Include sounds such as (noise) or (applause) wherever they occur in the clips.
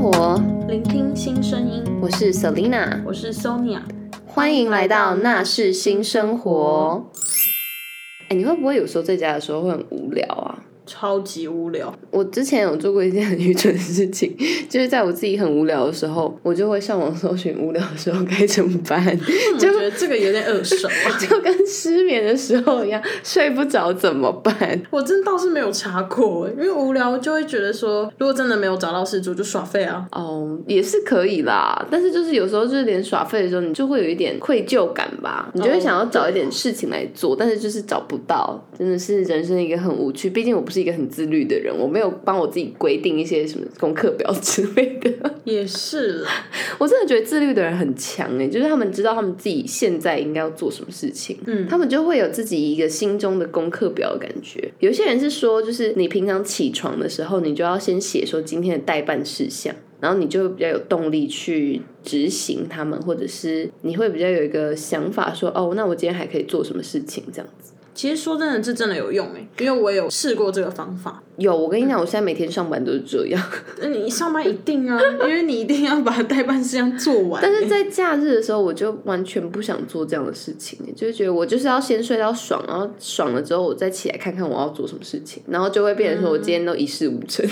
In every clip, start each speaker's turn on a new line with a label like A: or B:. A: 活，
B: 聆听新声音。
A: 我是 Selina，
B: 我是 Sonia，
A: 欢迎来到那是新生活。哎、你会不会有时候在家的时候会很无聊啊？
B: 超级无聊。
A: 我之前有做过一件很愚蠢的事情， (laughs) 就是在我自己很无聊的时候，我就会上网搜寻无聊的时候该怎么办，
B: 我觉得这个有点耳熟 (laughs) 啊，
A: 就跟失眠的时候一样，睡不着怎么办？
B: 我真倒是没有查过，因为无聊就会觉得说，如果真的没有找到事做，就耍废啊。
A: 哦，也是可以啦，但是就是有时候就是连耍废的时候，你就会有一点愧疚感吧，你就会
B: 哦
A: 想要找一点事情来做，但是就是找不到，真的是人生一个很无趣。毕竟我不是一个很自律的人，我没有帮我自己规定一些什么功课表之类的。
B: 也是啦，
A: 我真的觉得自律的人很强诶、就是他们知道他们自己现在应该要做什么事情，
B: 嗯
A: 他们就会有自己一个心中的功课表的感觉。有一些人是说，就是你平常起床的时候，你就要先写说今天的待办事项，然后你就会比较有动力去执行他们，或者是你会比较有一个想法说，哦，那我今天还可以做什么事情这样子。
B: 其实说真的，这真的有用诶、因为我有试过这个方法。
A: 有，我跟你讲，我现在每天上班都是这样，
B: 那你上班一定 (laughs) 啊，因为你一定要把代办事项做 (laughs) 完、
A: 但是在假日的时候，我就完全不想做这样的事情，就是觉得我就是要先睡到爽，然后爽了之后我再起来看看我要做什么事情，然后就会变成说我今天都一事无成。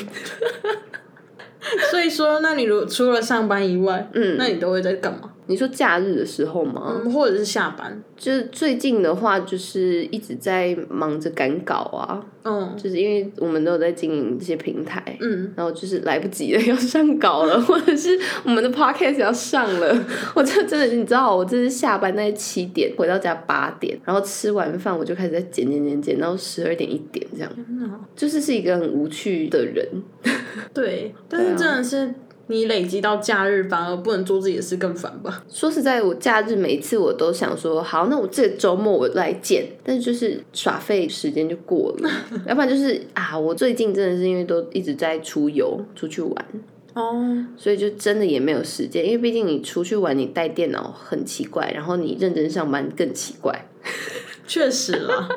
B: 所以说，那你如果除了上班以外，
A: 嗯
B: 那你都会在干嘛？
A: 你说假日的时候吗？
B: 嗯，或者是下班？
A: 就是最近的话，就是一直在忙着赶稿啊，
B: 嗯
A: 就是因为我们都有在经营这些平台。
B: 嗯，
A: 然后就是来不及了，要上稿了， (laughs) 或者是我们的 podcast 要上了。 (laughs) 我这真的，你知道，我这是下班那七点回到家八点，然后吃完饭我就开始在剪剪剪剪，然后十二点一点这样，就是是一个很无趣的人。
B: 对，啊但是真的是你累积到假日，反而不能做自己的事更烦吧？
A: 说实在，我假日每一次我都想说，好，那我这个周末我来剪，但是就是耍废时间就过了，要不然就是啊，我最近真的是因为都一直在出游出去玩，
B: 哦，
A: 所以就真的也没有时间，因为毕竟你出去玩，你带电脑很奇怪，然后你认真上班更奇怪，
B: 确实 (laughs) 啦，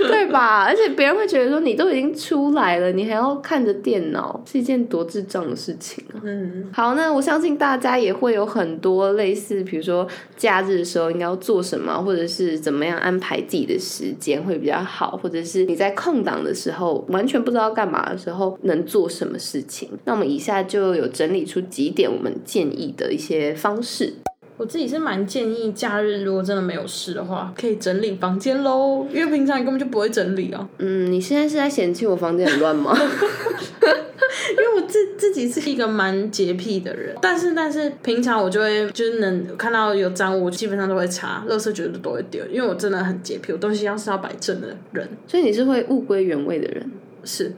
A: 对吧？而且别人会觉得说你都已经出来了，你还要看着电脑，是一件多智障的事情啊！
B: 嗯，
A: 好，那我相信大家也会有很多类似，比如说假日的时候应该要做什么，或者是怎么样安排自己的时间会比较好，或者是你在空档的时候完全不知道干嘛的时候能做什么事情。那我们以下就有整理出几点我们建议的一些方式。
B: 我自己是蛮建议假日如果真的没有事的话，可以整理房间喽，因为平常你根本就不会整理啊。
A: 嗯，你现在是在嫌弃我房间很乱吗？ (laughs)
B: 因为我自自己是一个蛮洁癖的人，但是但是平常我就会就是能看到有脏物，我基本上都会擦，垃圾绝对都会丢，因为我真的很洁癖，我东西要是要摆正的人
A: 所以你是会物归原位的人。
B: 是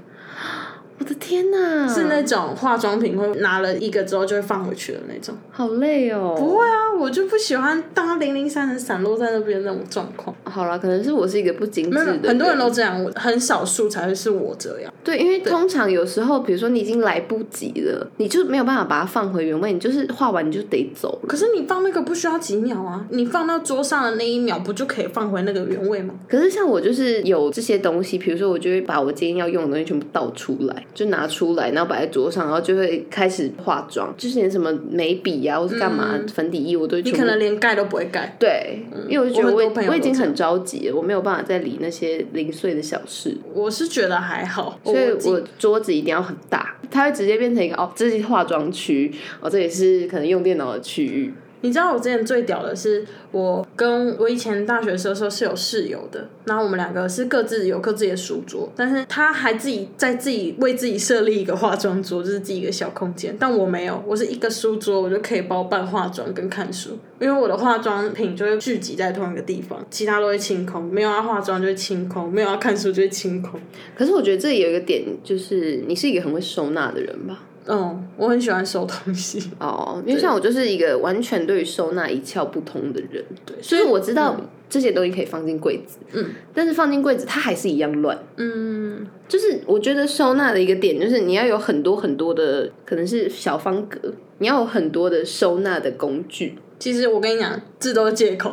A: 我的天哪，
B: 是那种化妆品会拿了一个之后就会放回去的那种。
A: 好累哦。
B: 不会啊，我就不喜欢当零零散散散落在那边那种状况。
A: 好了，可能是我是一个不精致
B: 没
A: 的人，
B: 有，很多人都这样，我很少数才会是我这样。
A: 对，因为通常有时候，比如说你已经来不及了，你就没有办法把它放回原位，你就是画完你就得走了。
B: 可是你放那个不需要几秒啊，你放到桌上的那一秒不就可以放回那个原位吗？
A: 可是像我就是有这些东西，比如说我就会把我今天要用的东西全部倒出来，就拿出来，然后摆在桌上，然后就会开始化妆，就是连什么眉笔啊，或是干嘛、
B: 嗯
A: 粉底液，我都
B: 你
A: 全部
B: 可能连盖都不会盖。
A: 对，因为我就觉
B: 嗯
A: 得我
B: 我很多
A: 已
B: 朋友
A: 我已
B: 都
A: 经
B: 这
A: 很着急了，我没有办法再理那些零碎的小事。
B: 我是觉得还好，
A: 所以
B: 哦我自己
A: 我桌子一定要很大，它会直接变成一个哦，这是化妆区，哦，这也是可能用电脑的区域。
B: 你知道我之前最屌的是，我跟我以前大学的时候是有室友的，然后我们两个是各自有各自己的书桌，但是他还自己在自己为自己设立一个化妆桌，就是自己一个小空间，但我没有，我是一个书桌，我就可以包办化妆跟看书，因为我的化妆品就会聚集在同一个地方，其他都会清空，没有要化妆就会清空，没有要看书就会清空。
A: 可是我觉得这里有一个点，就是你是一个很会收纳的人吧？
B: 嗯，我很喜欢收东西，
A: 哦，因为像我就是一个完全对于收纳一窍不通的人，
B: 对，
A: 所以我知道这些东西可以放进柜子，
B: 嗯，
A: 但是放进柜子它还是一样乱。
B: 嗯，
A: 就是我觉得收纳的一个点，就是你要有很多很多的，可能是小方格，你要有很多的收纳的工具，
B: 其实我跟你讲，这都是借口，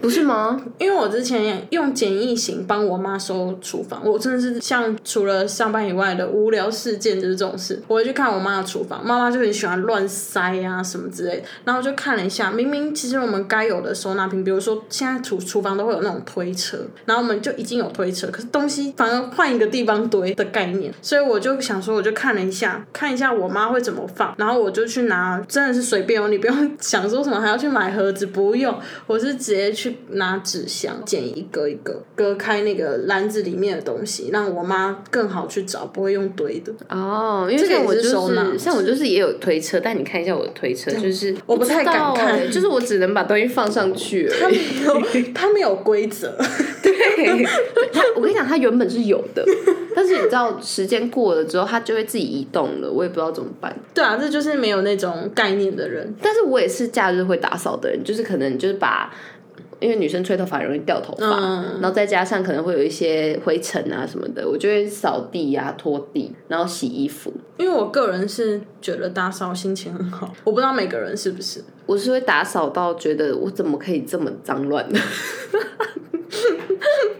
A: 不是吗？
B: 因为我之前也用简易型帮我妈收厨房，我真的是像除了上班以外的无聊事件就是这种事。我会去看我妈的厨房，妈妈就很喜欢乱塞啊什么之类的，然后我就看了一下，明明其实我们该有的收纳品，比如说现在厨厨房都会有那种推车，然后我们就已经有推车，可是东西反而换一个地方堆的概念，所以我就想说，我就看了一下， (laughs) 看一下我妈会怎么放，然后我就去拿，真的是随便哦，你不用想说什么还要去买盒子，不用，我是直接去拿纸箱剪一个一个割开那个篮子里面的东西，让我妈更好去找，不会用堆的。
A: 哦，因为
B: 这个
A: 像
B: 也
A: 我就是
B: 收纳
A: 是像我就是也有推车，但你看一下我的推车，就是
B: 我不太
A: 知道
B: 敢看
A: 欸就是我只能把东西放上去
B: (laughs)
A: 而
B: 他
A: 已。
B: 没有，他没有规则。 (laughs)
A: 对，它我跟你讲，它原本是有的，但是你知道时间过了之后，它就会自己移动了，我也不知道怎么办。
B: 对啊，这就是没有那种概念的人。
A: 但是我也是假日会打扫的人，就是可能就是把，因为女生吹头发容易掉头发，
B: 嗯
A: 然后再加上可能会有一些灰尘啊什么的，我就会扫地啊、拖地，然后洗衣服。
B: 因为我个人是觉得打扫心情很好，我不知道每个人是不是。
A: 我是会打扫到觉得我怎么可以这么脏乱 (laughs) 的，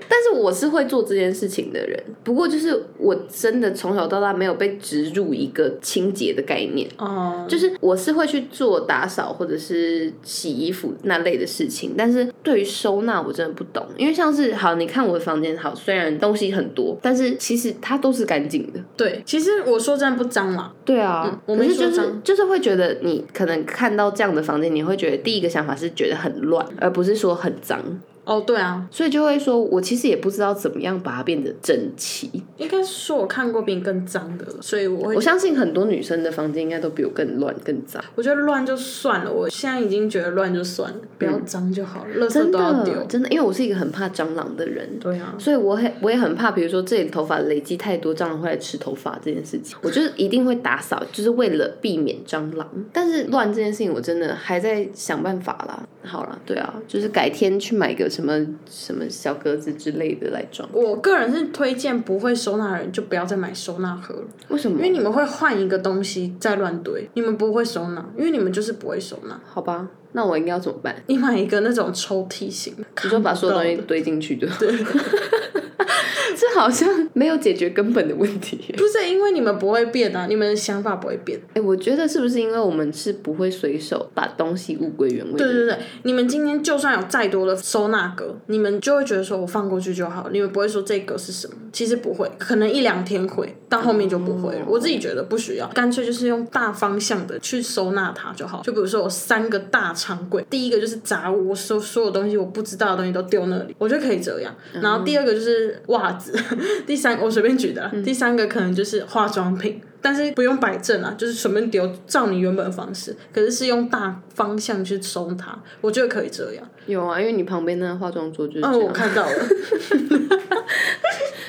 A: 但是我是会做这件事情的人。不过就是我真的从小到大没有被植入一个清洁的概念，
B: 哦、
A: 就是我是会去做打扫或者是洗衣服那类的事情，但是对于收纳我真的不懂，因为像是好，你看我的房间好，虽然东西很多，但是其实它都是干净的。
B: 对，其实我说真的不脏啦，
A: 对啊，
B: 嗯我
A: 可
B: 没
A: 是
B: 说
A: 就是
B: 脏
A: 就是会觉得你可能看到这样的房间，你会觉得第一个想法是觉得很乱，而不是说很脏，
B: 哦，对啊，
A: 所以就会说我其实也不知道怎么样把它变得整齐。
B: 应该是说我看过比你更脏的了，所以我会
A: 我，相信很多女生的房间应该都比我更乱更脏，
B: 我觉得乱就算了，我现在已经觉得乱就算了，不要脏就好了，垃圾
A: 嗯真
B: 都要
A: 的
B: 丢。
A: 真的，因为我是一个很怕蟑螂的人。
B: 对啊，
A: 所以我很我也很怕，比如说这里头发累积太多，蟑螂会来吃头发这件事情，我就是一定会打扫，就是为了避免蟑螂。但是乱这件事情，我真的还在想办法啦。好啦，对啊，就是改天去买个什么什么小格子之类的来装。
B: 我个人是推荐不会收纳的人就不要再买收纳盒了，
A: 为什么
B: 因？为你们会换一个东西再乱堆，你们不会收纳，因为你们就是不会收纳。
A: 好吧，那我应该要怎么
B: (laughs)
A: 办？
B: 你买一个那种抽屉型的，
A: 你说把所有东西
B: 看不到的
A: 堆进去就对。 (laughs) 这好像没有解决根本的问题。
B: 不是因为你们不会变啊，你们的想法不会变。
A: 哎、我觉得是不是因为我们是不会随手把东西物归原位的
B: 对对对，你们今天就算有再多的收纳格，你们就会觉得说我放过去就好，你们不会说这格是什么。其实不会，可能一两天会，但后面就不会了。我自己觉得不需要，干脆就是用大方向的去收纳它就好。就比如说我三个大长柜，第一个就是杂物，我所所有东西我不知道的东西都丢那里，我觉得可以这样。然后第二个就是袜子，第三我随便举的啦，
A: 嗯
B: 第三个可能就是化妆品。但是不用摆正啊，就是随便丢，照你原本的方式。可是是用大方向去收它，我觉得可以这样。
A: 有啊，因为你旁边那个化妆桌就是这
B: 嗯、
A: 样。
B: 我看到了，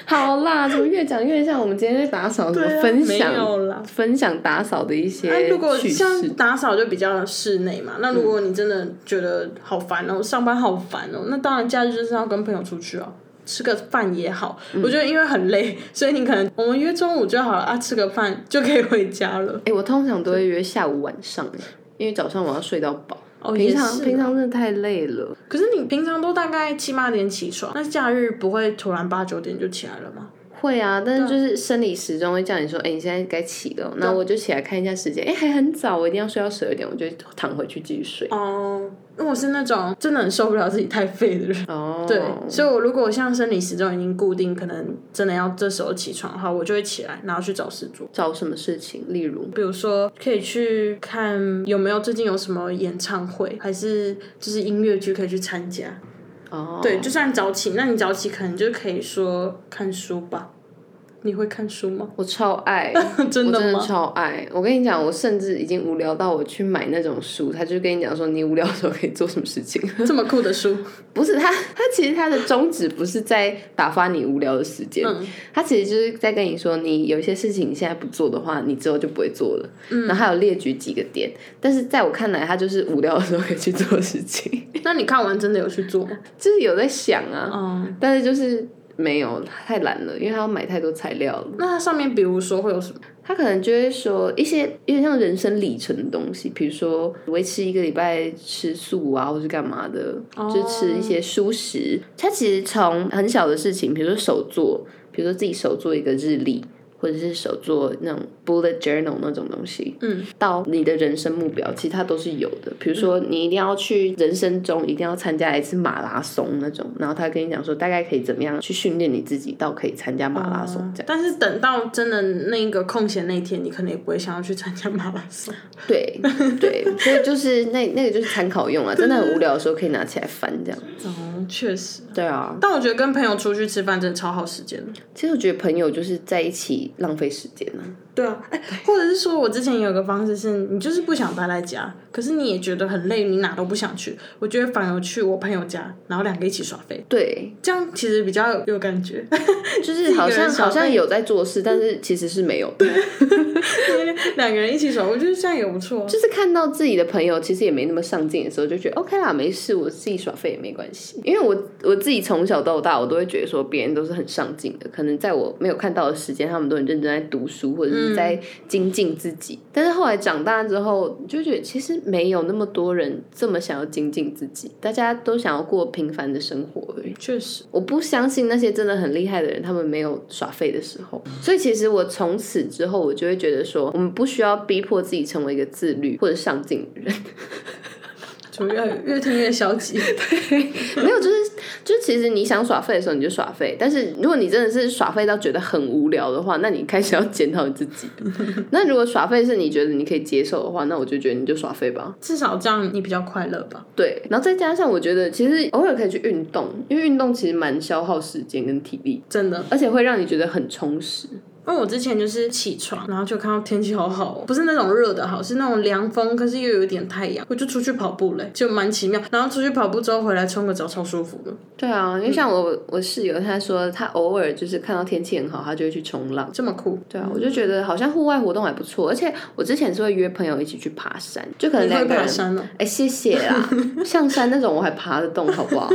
A: 好啦，怎么越讲越像我们今天在打扫什
B: 对
A: 么
B: 啊
A: 分
B: 没
A: 享、
B: 有啦。
A: 分享打扫的一
B: 那、
A: 些
B: 啊如果
A: 趣事。
B: 像打扫就比较室内嘛，那如果你真的觉得好烦哦、上班好烦哦、那当然假日就是要跟朋友出去啊，吃个饭也好。我觉得因为很累，所以你可能我们约中午就好了啊，吃个饭就可以回家了。
A: 哎、我通常都会约下午晚上，因为早上我要睡到饱。
B: 哦也
A: 平常
B: 是
A: 平常真的太累了，
B: 可是你平常都大概七八点起床，那假日不会突然八九点就起来了吗？
A: 会啊，但是就是生理时钟会叫你说，哎、你现在该起了哦，那我就起来看一下时间，哎、还很早，我一定要睡到十二点，我就躺回去继续睡。
B: 哦，因为我是那种真的很受不了自己太废的人。
A: 哦，
B: 对，所以我如果像生理时钟已经固定，可能真的要这时候起床的话，我就会起来，然后去找事做。
A: 找什么事情？例如，
B: 比如说，可以去看有没有最近有什么演唱会，还是就是音乐剧可以去参加。
A: 哦，
B: 对，就算早起，那你早起可能就可以说看书吧。你会看书吗？
A: 我超爱，
B: (laughs) 真的
A: 哎我真的
B: 吗？
A: 超爱。我跟你讲，我甚至已经无聊到我去买那种书，他就跟你讲说你无聊的时候可以做什么事
B: (laughs)
A: 情。
B: 这么酷的书，
A: 不是他，他其实他的宗旨不是在打发你无聊的 (laughs) 时间，
B: 嗯
A: 他其实就是在跟你说，你有一些事情你现在不做的话，你之后就不会做了。
B: 嗯
A: 然后还有列举几个点，但是在我看来，他就是无聊的时候可以去
B: (laughs)
A: 做的事情，
B: 那你看完真的有去做吗？
A: 就是有在想啊，
B: 嗯，
A: 但是就是没有，太懒了，因为他要买太多材料了。
B: 那它上面比如说会有什么？
A: 他可能就会说一些有点像人生里程的东西，比如说维持一个礼拜吃素啊，或是干嘛的，就吃一些蔬食。他其实从很小的事情，比如说手做，比如说自己手做一个日历，或者是手做那种 bullet journal 那种东西，
B: 嗯，
A: 到你的人生目标，其实它都是有的。比如说你一定要去人生中一定要参加一次马拉松那种，然后他跟你讲说大概可以怎么样去训练你自己，到可以参加马拉松这样。
B: 但是等到真的那个空闲那一天，你可能也不会想要去参加马拉松。
A: (laughs) 对对，所以就是那那个就是参考用啊，真的很无聊的时候可以拿起来翻这样。
B: 哦，确实。
A: 对啊，
B: 但我觉得跟朋友出去吃饭真的超耗时间的。
A: 其实我觉得朋友就是在一起浪费时间啊。
B: 对啊，哎、或者是说我之前有个方式是，你就是不想待在家，可是你也觉得很累，你哪都不想去。我觉得反而去我朋友家，然后两个一起耍废，
A: 对，
B: 这样其实比较有有感觉。 (laughs)
A: 就是好
B: 自己一
A: 像
B: 个人
A: 好
B: 耍
A: 像
B: 废
A: 有在做事，但是其实是没有的。
B: 两个人一起耍，我觉得这样也不错啊。
A: 就是看到自己的朋友其实也没那么上进的时候，就觉得 OK 啦，没事，我自己耍废也没关系。因为我我自己从小到大，我都会觉得说别人都是很上进的，可能在我没有看到的时间，他们都很认真在读书或者是在精进自己。但是后来长大之后，就觉得其实没有那么多人这么想要精进自己，大家都想要过平凡的生活而已。
B: 确实，
A: 我不相信那些真的很厉害的人，他们没有耍废的时候。所以其实我从此之后，我就会觉得说，我们不需要逼迫自己成为一个自律或者上进的人。
B: 怎么越越听越消极？
A: 没有，就是就其实你想耍废的时候你就耍废，但是如果你真的是耍废到觉得很无聊的话，那你开始要检讨你自己。 (laughs) 那如果耍废是你觉得你可以接受的话，那我就觉得你就耍废吧。
B: 至少这样你比较快乐吧。
A: 对，然后再加上我觉得其实偶尔可以去运动，因为运动其实蛮消耗时间跟体力，
B: 真的，
A: 而且会让你觉得很充实。
B: 因为我之前就是起床，然后就看到天气好好、哦，不是那种热的好，是那种凉风，可是又有一点太阳，我就出去跑步嘞，就蛮奇妙。然后出去跑步之后回来冲个澡，超舒服的，
A: 对啊，因为像我、我室友，他说他偶尔就是看到天气很好，他就会去冲浪。
B: 这么酷。
A: 对啊，我就觉得好像户外活动还不错，而且我之前是会约朋友一起去爬山，就可能
B: 你会
A: 两个
B: 爬
A: 人。
B: 山哦？
A: 哎、谢谢啦，象山那种我还爬得动，好不 (laughs) 好？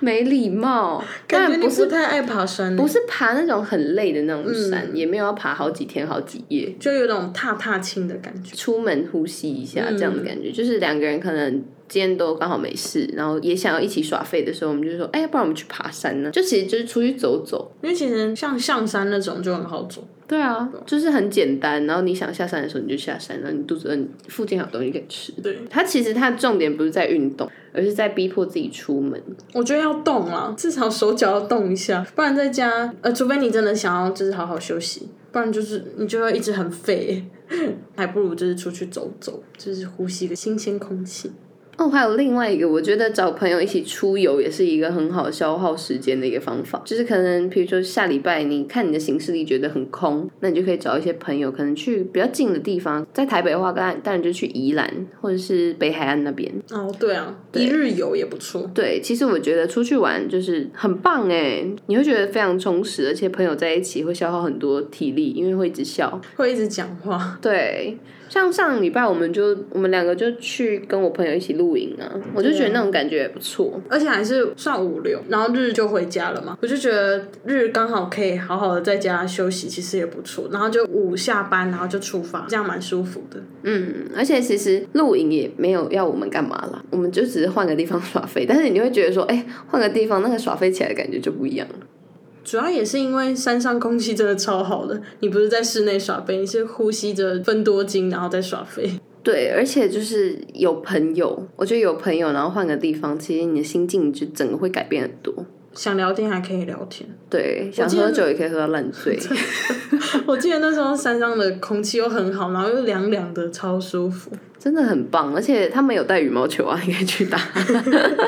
A: 没礼貌，当
B: 感觉
A: 然
B: 你欸
A: 不
B: 不
A: 是
B: 太爱爬山，
A: 不是爬那种很累的那种山，
B: 嗯
A: 也没有要爬好几天好几夜。
B: 就有种踏踏青的感觉。嗯
A: 出门呼吸一下这样的感觉，就是两个人可能今天都刚好没事，然后也想要一起耍废的时候，我们就说，哎、要不然我们去爬山呢？就其实就是出去走走。
B: 因为其实像象山那种就很好走，
A: 对啊，就是很简单。然后你想下山的时候，你就下山，然后你肚子饿，你附近还有东西可以吃。
B: 对，
A: 它其实它的重点不是在运动，而是在逼迫自己出门。
B: 我觉得要动啊，至少手脚要动一下，不然在家，呃，除非你真的想要就是好好休息，不然就是你就会一直很废， (laughs) 还不如就是出去走走，就是呼吸个新鲜空气。
A: 哦，还有另外一个，我觉得找朋友一起出游也是一个很好消耗时间的一个方法。就是可能，比如说下礼拜你看你的行事历觉得很空，那你就可以找一些朋友，可能去比较近的地方。在台北的话，当然当然就去宜兰或者是北海岸那边。
B: 哦，对啊，一日游也不错。
A: 对，其实我觉得出去玩就是很棒哎，你会觉得非常充实，而且朋友在一起会消耗很多体力，因为会一直
B: (laughs)
A: 笑。
B: 会一直讲话，
A: 对，像上礼拜我们就我们两个就去跟我朋友一起露营啊，我就觉得那种感觉也不错。
B: 而且还是算五六，然后日就回家了嘛。我就觉得日刚好可以好好的在家休息，其实也不错。然后就午下班，然后就出发，这样蛮舒服的。
A: 嗯，而且其实露营也没有要我们干嘛啦，我们就只是换个地方耍飞， (laughs) 但是你会觉得说，哎、换个地方那个耍飞起来的感觉就不一样了。
B: 主要也是因为山上空气真的超好的，你不是在室内耍飞，你是呼吸着芬多精，然后再耍飞。
A: 对，而且就是有朋友，我觉得有朋友，然后换个地方，其实你的心境就整个会改变很多。
B: 想聊天还可以聊天， (laughs)
A: 对，想
B: 记得
A: 喝酒也可以喝到烂 (laughs) 醉。
B: 我记得那时候山上的空气又很好，然后又凉凉的，超舒服。
A: 真的很棒，而且他们有带羽毛球啊，你可以去打。 (laughs)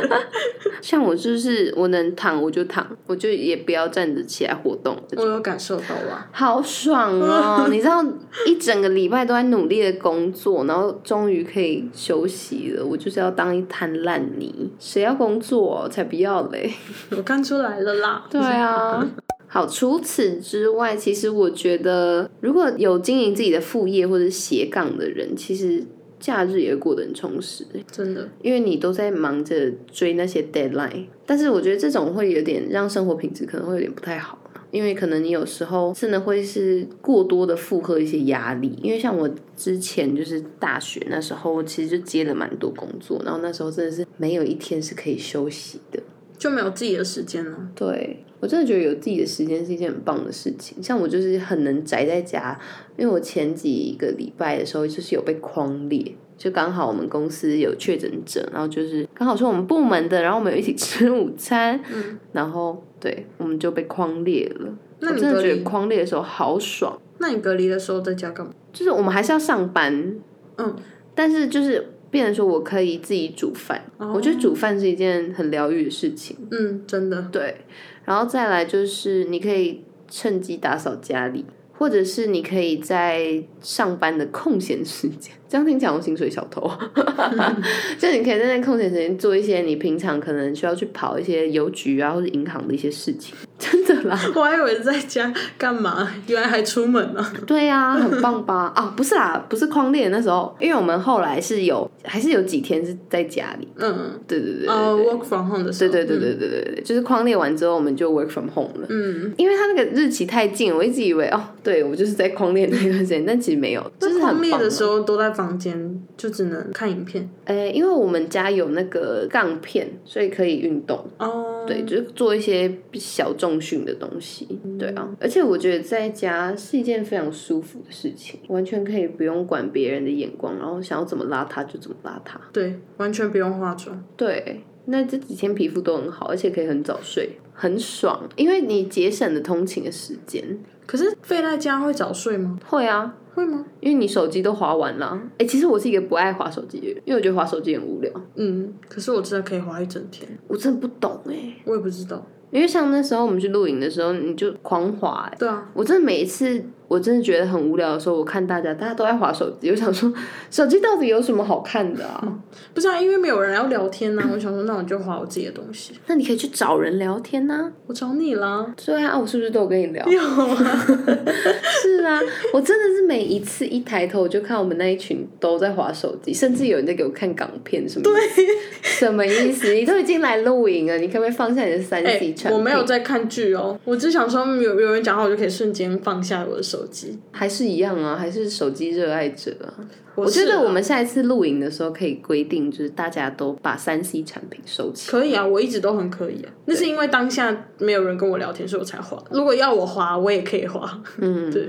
A: 像我就是我能躺我就躺，我就也不要站着起来活动，
B: 我有感受到啊，
A: 好爽哦！你知道一整个礼拜都在努力的工作，然后终于可以休息了。我就是要当一滩烂泥，谁要工作、才不要嘞？
B: 我看出来了啦。
A: 对啊。好，除此之外，其实我觉得如果有经营自己的副业或者斜杠的人，其实假日也过得很充实，
B: 真的。
A: 因为你都在忙着追那些 deadline。但是我觉得这种会有点让生活品质可能会有点不太好，因为可能你有时候真的会是过多的负荷一些压力。因为像我之前就是大学那时候，其实就接了蛮多工作，然后那时候真的是没有一天是可以休息的。
B: 就没有自己的时间了。
A: 对我真的觉得有自己的时间是一件很棒的事情。像我就是很能宅在家，因为我前几个礼拜的时候就是有被框列，就刚好我们公司有确诊者，然后就是刚好是我们部门的，然后我们有一起吃午餐，然后对我们就被框列了。
B: 那
A: 我
B: 你
A: 真
B: 隔
A: 的觉得
B: 离，
A: 框列的时候好爽。
B: 那你隔离的时候在家干嘛？
A: 就是我们还是要上班，
B: 嗯，
A: 但是就是变成说我可以自己煮饭，
B: 哦
A: 我觉得煮饭是一件很疗愈的事情，
B: 嗯，真的，
A: 对，然后再来就是你可以趁机打扫家里，或者是你可以在上班的空闲时间，这样听起来我薪水小偷，就你可以在那空闲时间做一些你平常可能需要去跑一些邮局啊或者银行的一些事情，真的啦， (laughs)
B: 我还以为在家干嘛，原来还出门呢、
A: 对呀、很棒吧？啊，不是啦，不是框列那时候，因为我们后来是有，还是有几天是在家里。
B: 嗯，
A: 对对对对
B: 哦、w o r k from home 的时
A: 对
B: 候，嗯
A: 对对对对对对，就是框列完之后，我们就 work from home 了。
B: 嗯，嗯，
A: 因为他那个日期太近，我一直以为哦，对我就是在框列那段时间，但其实没有，就是
B: 那
A: 很
B: 狂烈
A: 棒
B: 的
A: 啊
B: 时候都在房间，就只能看影片。
A: 呃，因为我们家有那个杠片，所以可以运动。
B: 哦，
A: 对，，就是做一些小重训的东西，
B: 嗯
A: 对啊，而且我觉得在家是一件非常舒服的事情，完全可以不用管别人的眼光，然后想要怎么邋遢就怎么邋遢。
B: 对，完全不用化妆。
A: 对，那这几天皮肤都很好，而且可以很早睡，很爽，因为你节省了通勤的时间。
B: 可是废在家会早睡吗？
A: 会啊，
B: 会吗？
A: 因为你手机都划完了。哎、其实我是一个不爱划手机的人，因为我觉得划手机很无聊，
B: 嗯，可是我知道可以滑一整天，
A: 我真的不懂哎、
B: 我也不知道。
A: 因为像那时候我们去露营的时候，你就狂划、欸，
B: 对啊，
A: 我真的每一次我真的觉得很无聊的时候，我看大家大家都在划手机，我 (laughs) 想说手机到底有什么好看的啊？
B: 不是啊，因为没有人要聊天
A: (coughs)
B: 呐、我想说，那我就滑我自己的东西。
A: 那你可以去找人聊天啊呐、
B: 我找你啦，
A: 对啊，我是不是都有跟你聊？
B: 有啊，
A: 是啊，我真的是每一次一抬头我就看我们那一群都在划手机，甚至有人在给我看港片，什么意思？什么意
B: (laughs)
A: 思？你都已经来露营了，你可不可以放下你的三 C 产品？
B: 哎我没有在看剧哦，我只想说嗯有有人讲话，我就可以瞬间放下我的手机。
A: 还是一样啊，还是手机热爱者啊。我
B: 是
A: 觉得
B: 啊
A: 我们下一次露营的时候可以规定，就是大家都把三 C 产品收起。
B: 可以啊，我一直都很可以啊。那是因为当下没有人跟我聊天，所以我才滑。如果要我滑，我也可以滑。
A: 嗯，
B: (laughs) 对。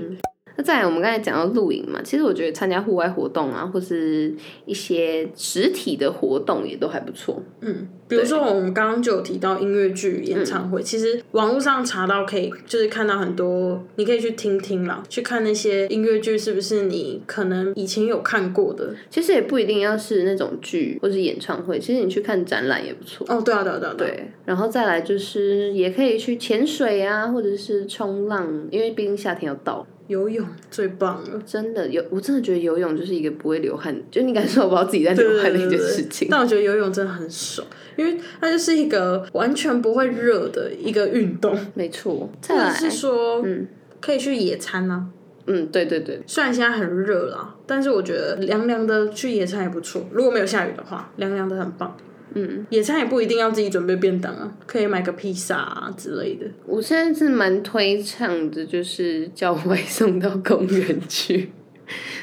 A: 那再来，我们刚才讲到露营嘛，其实我觉得参加户外活动啊，或是一些实体的活动也都还不错。
B: 嗯，比如说我们刚刚就有提到音乐剧、演唱会，其实网络上查到可以，就是看到很多，你可以去听听啦，去看那些音乐剧是不是你可能以前有看过的。
A: 其实也不一定要是那种剧或是演唱会，其实你去看展览也不错。
B: 哦，对啊，对啊，对啊，对啊。
A: 对，然后再来就是也可以去潜水啊，或者是冲浪，因为毕竟夏天要到了。
B: 啊游泳最棒了。
A: 真的游，我真的觉得游泳就是一个不会流汗，就你感受不到自己在
B: 对
A: 流
B: 对
A: 汗
B: 对
A: 的一件
B: 对
A: 事情。
B: 但我觉得游泳真的很爽，因为它就是一个完全不会热的一个运动，
A: (laughs) 没错，再
B: 或者
A: 来，
B: 是说
A: 嗯
B: 可以去野餐啊。
A: 嗯，对对对，
B: 虽然现在很热啦，但是我觉得凉凉的去野餐也不错。如果没有下雨的话，凉凉的很棒。嗯，野餐也不一定要自己准备便当啊，可以买个披萨啊之类的。
A: 我现在是蛮推倡的，就是叫外送到公园去，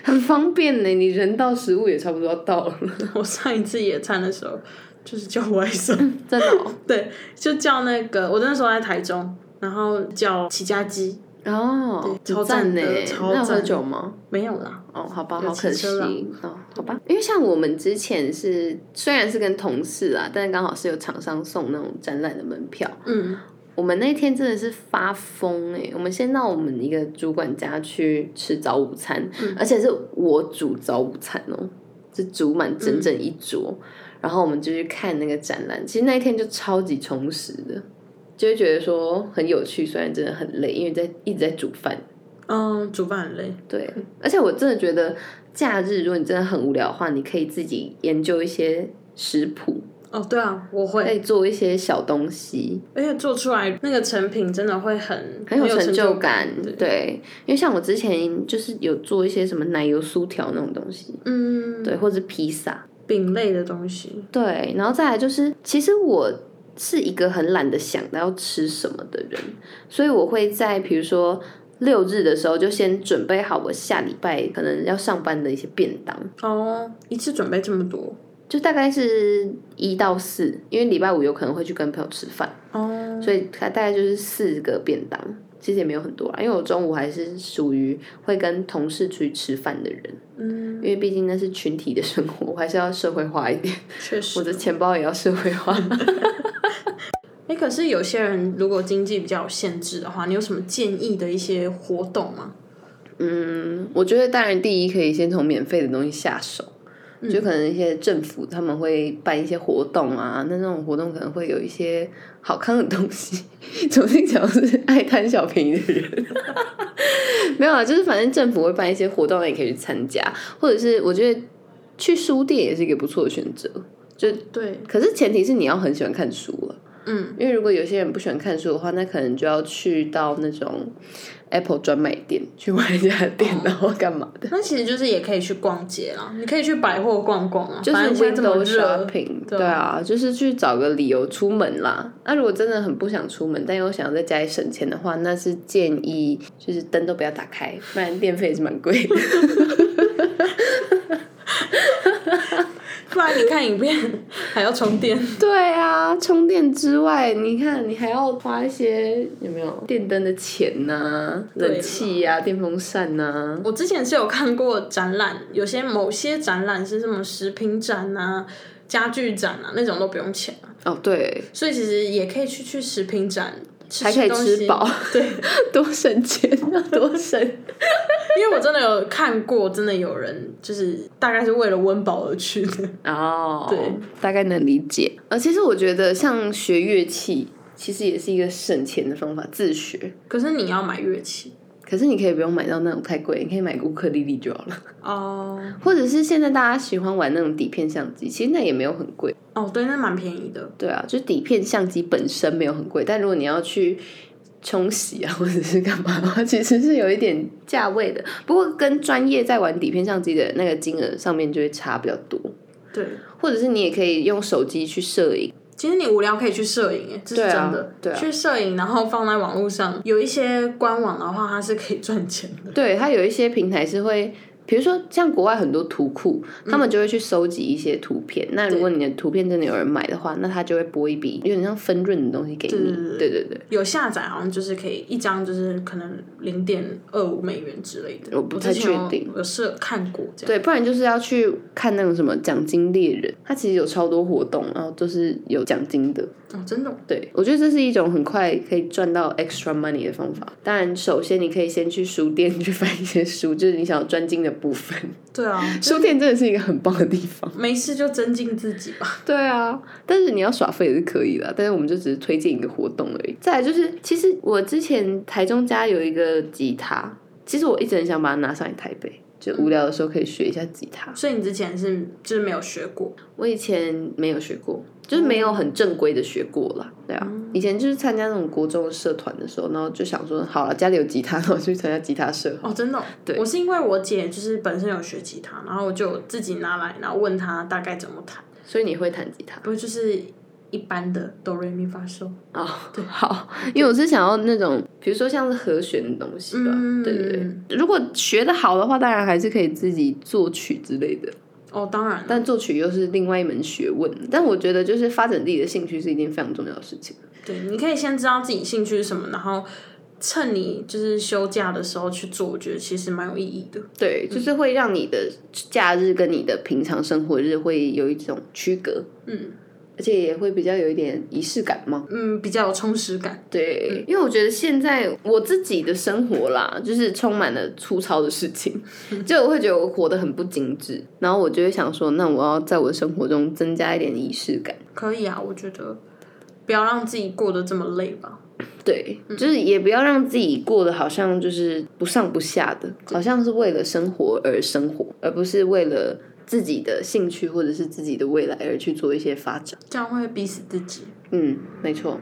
A: 很方便呢。你人到食物也差不多要 (laughs) 到了，
B: (laughs) 我上一次野餐的时候，就是叫外送，
A: 真的、哦。
B: 对，就叫那个，我那时候在台中，然后叫起家鸡，
A: 哦，
B: 对
A: 很
B: 超赞
A: 呢
B: 的！超
A: 那有喝
B: 赞
A: 酒吗？
B: 没有啦，
A: 哦，好吧，
B: 有
A: 好可
B: 骑
A: 惜
B: 车啦
A: 哦，好吧，因为像我们之前是虽然是跟同事啊，但是刚好是有厂商送那种展览的门票，
B: 嗯，
A: 我们那天真的是发疯哎、我们先到我们一个主管家去吃早午餐，
B: 嗯
A: 而且是我煮早午餐哦、是煮满整整一桌，
B: 嗯
A: 然后我们就去看那个展览。其实那一天就超级充实的，就会觉得说很有趣，虽然真的很累，因为在一直在煮饭。
B: 嗯，煮饭很累，
A: 对，而且我真的觉得假日，如果你真的很无聊的话，你可以自己研究一些食谱，
B: 哦，对啊，我会，
A: 可以做一些小东西，
B: 而且做出来那个成品真的会嗯很
A: 很有
B: 有
A: 成
B: 就
A: 就感。
B: 对，
A: 对，因为像我之前就是有做一些什么奶油酥条那种东西，
B: 嗯，
A: 对，或者是披萨，
B: 饼类的东西，
A: 对，然后再来就是，其实我是一个很懒得想到要吃什么的人，所以我会在比如说六日的时候就先准备好我下礼拜可能要上班的一些便当，
B: 哦，一次准备这么
A: (laughs)
B: 多，
A: 就大概是一到四，因为礼拜五有可能会去跟朋友吃饭，
B: 哦，
A: 所以大概就是四个便当，其实也没有很多啦，因为我中午还是属于会跟同事出去吃饭的人，
B: 嗯，
A: 因为毕竟那是群体的生活，我还是要社会化一点，
B: 确
A: 我
B: 实。
A: 的钱包也要社会化。
B: 哎，可是有些人如果经济比较有限制的话，你有什么建议的一些活动吗？
A: 嗯，我觉得当然第一可以先从免费的东西下手，就可能一些政府他们会办一些活动啊，那那种活动可能会有一些好看的东西。 (laughs) 总听起来我是爱贪小便宜的人， (laughs) 没有啊，就是反正政府会办一些活动，你可以去参加，或者是我觉得去书店也是一个不错的选择。
B: 对，
A: 可是前提是你要很喜欢看书了，
B: 嗯，
A: 因为如果有些人不喜欢看书的话，那可能就要去到那种 Apple 专卖店去买一家店，然后干嘛的。
B: 那其实就是也可以去逛街啦，你可以去百货逛逛啊，
A: 就
B: 反
A: 是
B: 正现在这么
A: window
B: 热，
A: shopping，
B: 对
A: 对啊，就是去找个理由出门啦。那、如果真的很不想出门，但又想要在家里省钱的话，那是建议就是灯都不要打开，不然电费也是蛮贵的。 (laughs)
B: 不然你看影片还要充电。
A: 对啊，充电之外，你看你还要花一些有没有电灯的钱呐、
B: 对啦
A: 冷气呀、电风扇呐、
B: 我之前是有看过展览，有些某些展览是什么食品展啊、家具展啊那种都不用钱啊，
A: 哦，
B: (laughs)
A: 对，
B: 所以其实也可以去去食品展，吃
A: 还可以
B: 东西
A: 吃饱，
B: 对，
A: 多省钱，
B: 啊
A: 多省。
B: (laughs) 因为我真的有看过，真的有人就是大概是为了温饱而去的。
A: (laughs) 哦，
B: 对，
A: 大概能理解。呃，其实我觉得像学乐器，其实也是一个省钱的方法，自学。
B: 可是你要买乐器
A: 可是你可以不用买到那种太贵，你可以买乌克丽丽就好了。 (laughs)
B: 哦
A: 或者是现在大家喜欢玩那种底片相机，其实那也没有很贵。
B: 哦，对，那蛮便宜的。
A: 对啊，就是底片相机本身没有很贵，但如果你要去冲洗啊，或者是干嘛的话，其实是有一点价位的。 (laughs) 不过跟专业在玩底片相机的那个金额上面就会差比较多。
B: 对，
A: 或者是你也可以用手机去摄影。
B: 其实你无聊可以去摄影，哎，这是
A: 对啊
B: 真的。
A: 对啊
B: 去摄影，然后放在网络上，有一些官网的话，它是可以赚钱的。
A: 对，它有一些平台是会，比如说像国外很多图库，他们就会去收集一些图片。那如果你的图片真的有人买的话，那他就会拨一笔，有点像分润的东西给你。对对对，
B: 有下载好像就是可以一张就是可能零点二五美元之类的，
A: 我不太
B: 之前有
A: 确定，
B: 有是看过这样。
A: 对，不然就是要去看那种什么奖金猎人，它其实有超多活动，然后都是有奖金的。
B: 哦，
A: (laughs)
B: 真的哦，
A: 对，我觉得这是一种很快可以赚到 extra money 的方法。当然，首先你可以先去书店去翻一些书，就是你想要专精的部分。
B: 对啊，
A: 书店真的是一个很棒的地方。
B: 没事就增进自己吧。
A: (laughs) 对啊，但是你要耍废也是可以的，但是我们就只是推荐一个活动而已。再来就是，其实我之前台中家有一个吉他，其实我一直很想把它拿上来台北，就无聊的时候可以学一下吉他。
B: 所以你之前是就是没有学过，
A: 我以前没有学过，就是没有很正规的学过啦。对啊，以前就是参加那种国中的社团的时候，然后就想说，好了，家里有吉他， (laughs) 然后去参加吉他社。
B: 哦，真的哦、
A: 对
B: 我是因为我姐就是本身有学吉他，然后我就自己拿来，然后问她大概怎么弹，
A: 所以你会弹吉他？
B: 不过就是一般的哆瑞咪发嗦。
A: 哦， (laughs) 好，因为我是想要那种，比如说像是和弦的东西吧，
B: 嗯
A: 对对对。如果学的好的话，当然还是可以自己作曲之类的，
B: 哦，当然了，
A: 但作曲又是另外一门学问。但我觉得就是发展自己的兴趣是一件非常重要的事情。
B: 对，你可以先知道自己兴趣是什么，然后趁你就是休假的时候去做，我觉得其实蛮有意义的。
A: 对，就是会让你的假日跟你的平常生活日会有一种区隔，
B: 嗯
A: 而且也会比较有一点仪式感嘛。
B: 嗯，比较有充实感。
A: (laughs) 对，因为我觉得现在我自己的生活啦，就是充满了粗糙的事情，就我会觉得我活得很不精致，然后我就会想说，那我要在我的生活中增加一点仪式感。
B: 可以啊，我觉得不要让自己过得这么累吧。
A: 对，就是也不要让自己过得好像就是不上不下的，好像是为了生活而生活，而不是为了自己的兴趣或者是自己的未来而去做一些发展。
B: 这样会逼死自己。
A: 嗯，没错。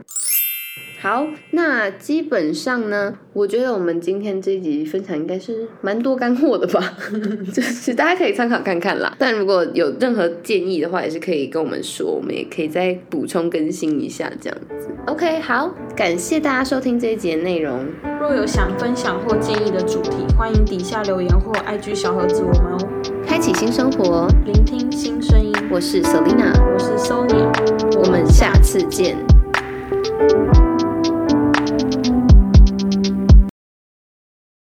A: 好，那基本上呢，我觉得我们今天这一集分享应该是蛮多干货的吧， (laughs) 就是大家可以参考看看啦。但如果有任何建议的话，也是可以跟我们说，我们也可以再补充更新一下这样子。OK，好，感谢大家收听这一集的内容，
B: 若有想分享或建议的主题，欢迎底下留言或 IG 小盒子我们哦。
A: 开启新生活，
B: 聆听新声音，
A: 我是 Selina，
B: 我是 Sonia，
A: 我们下次见。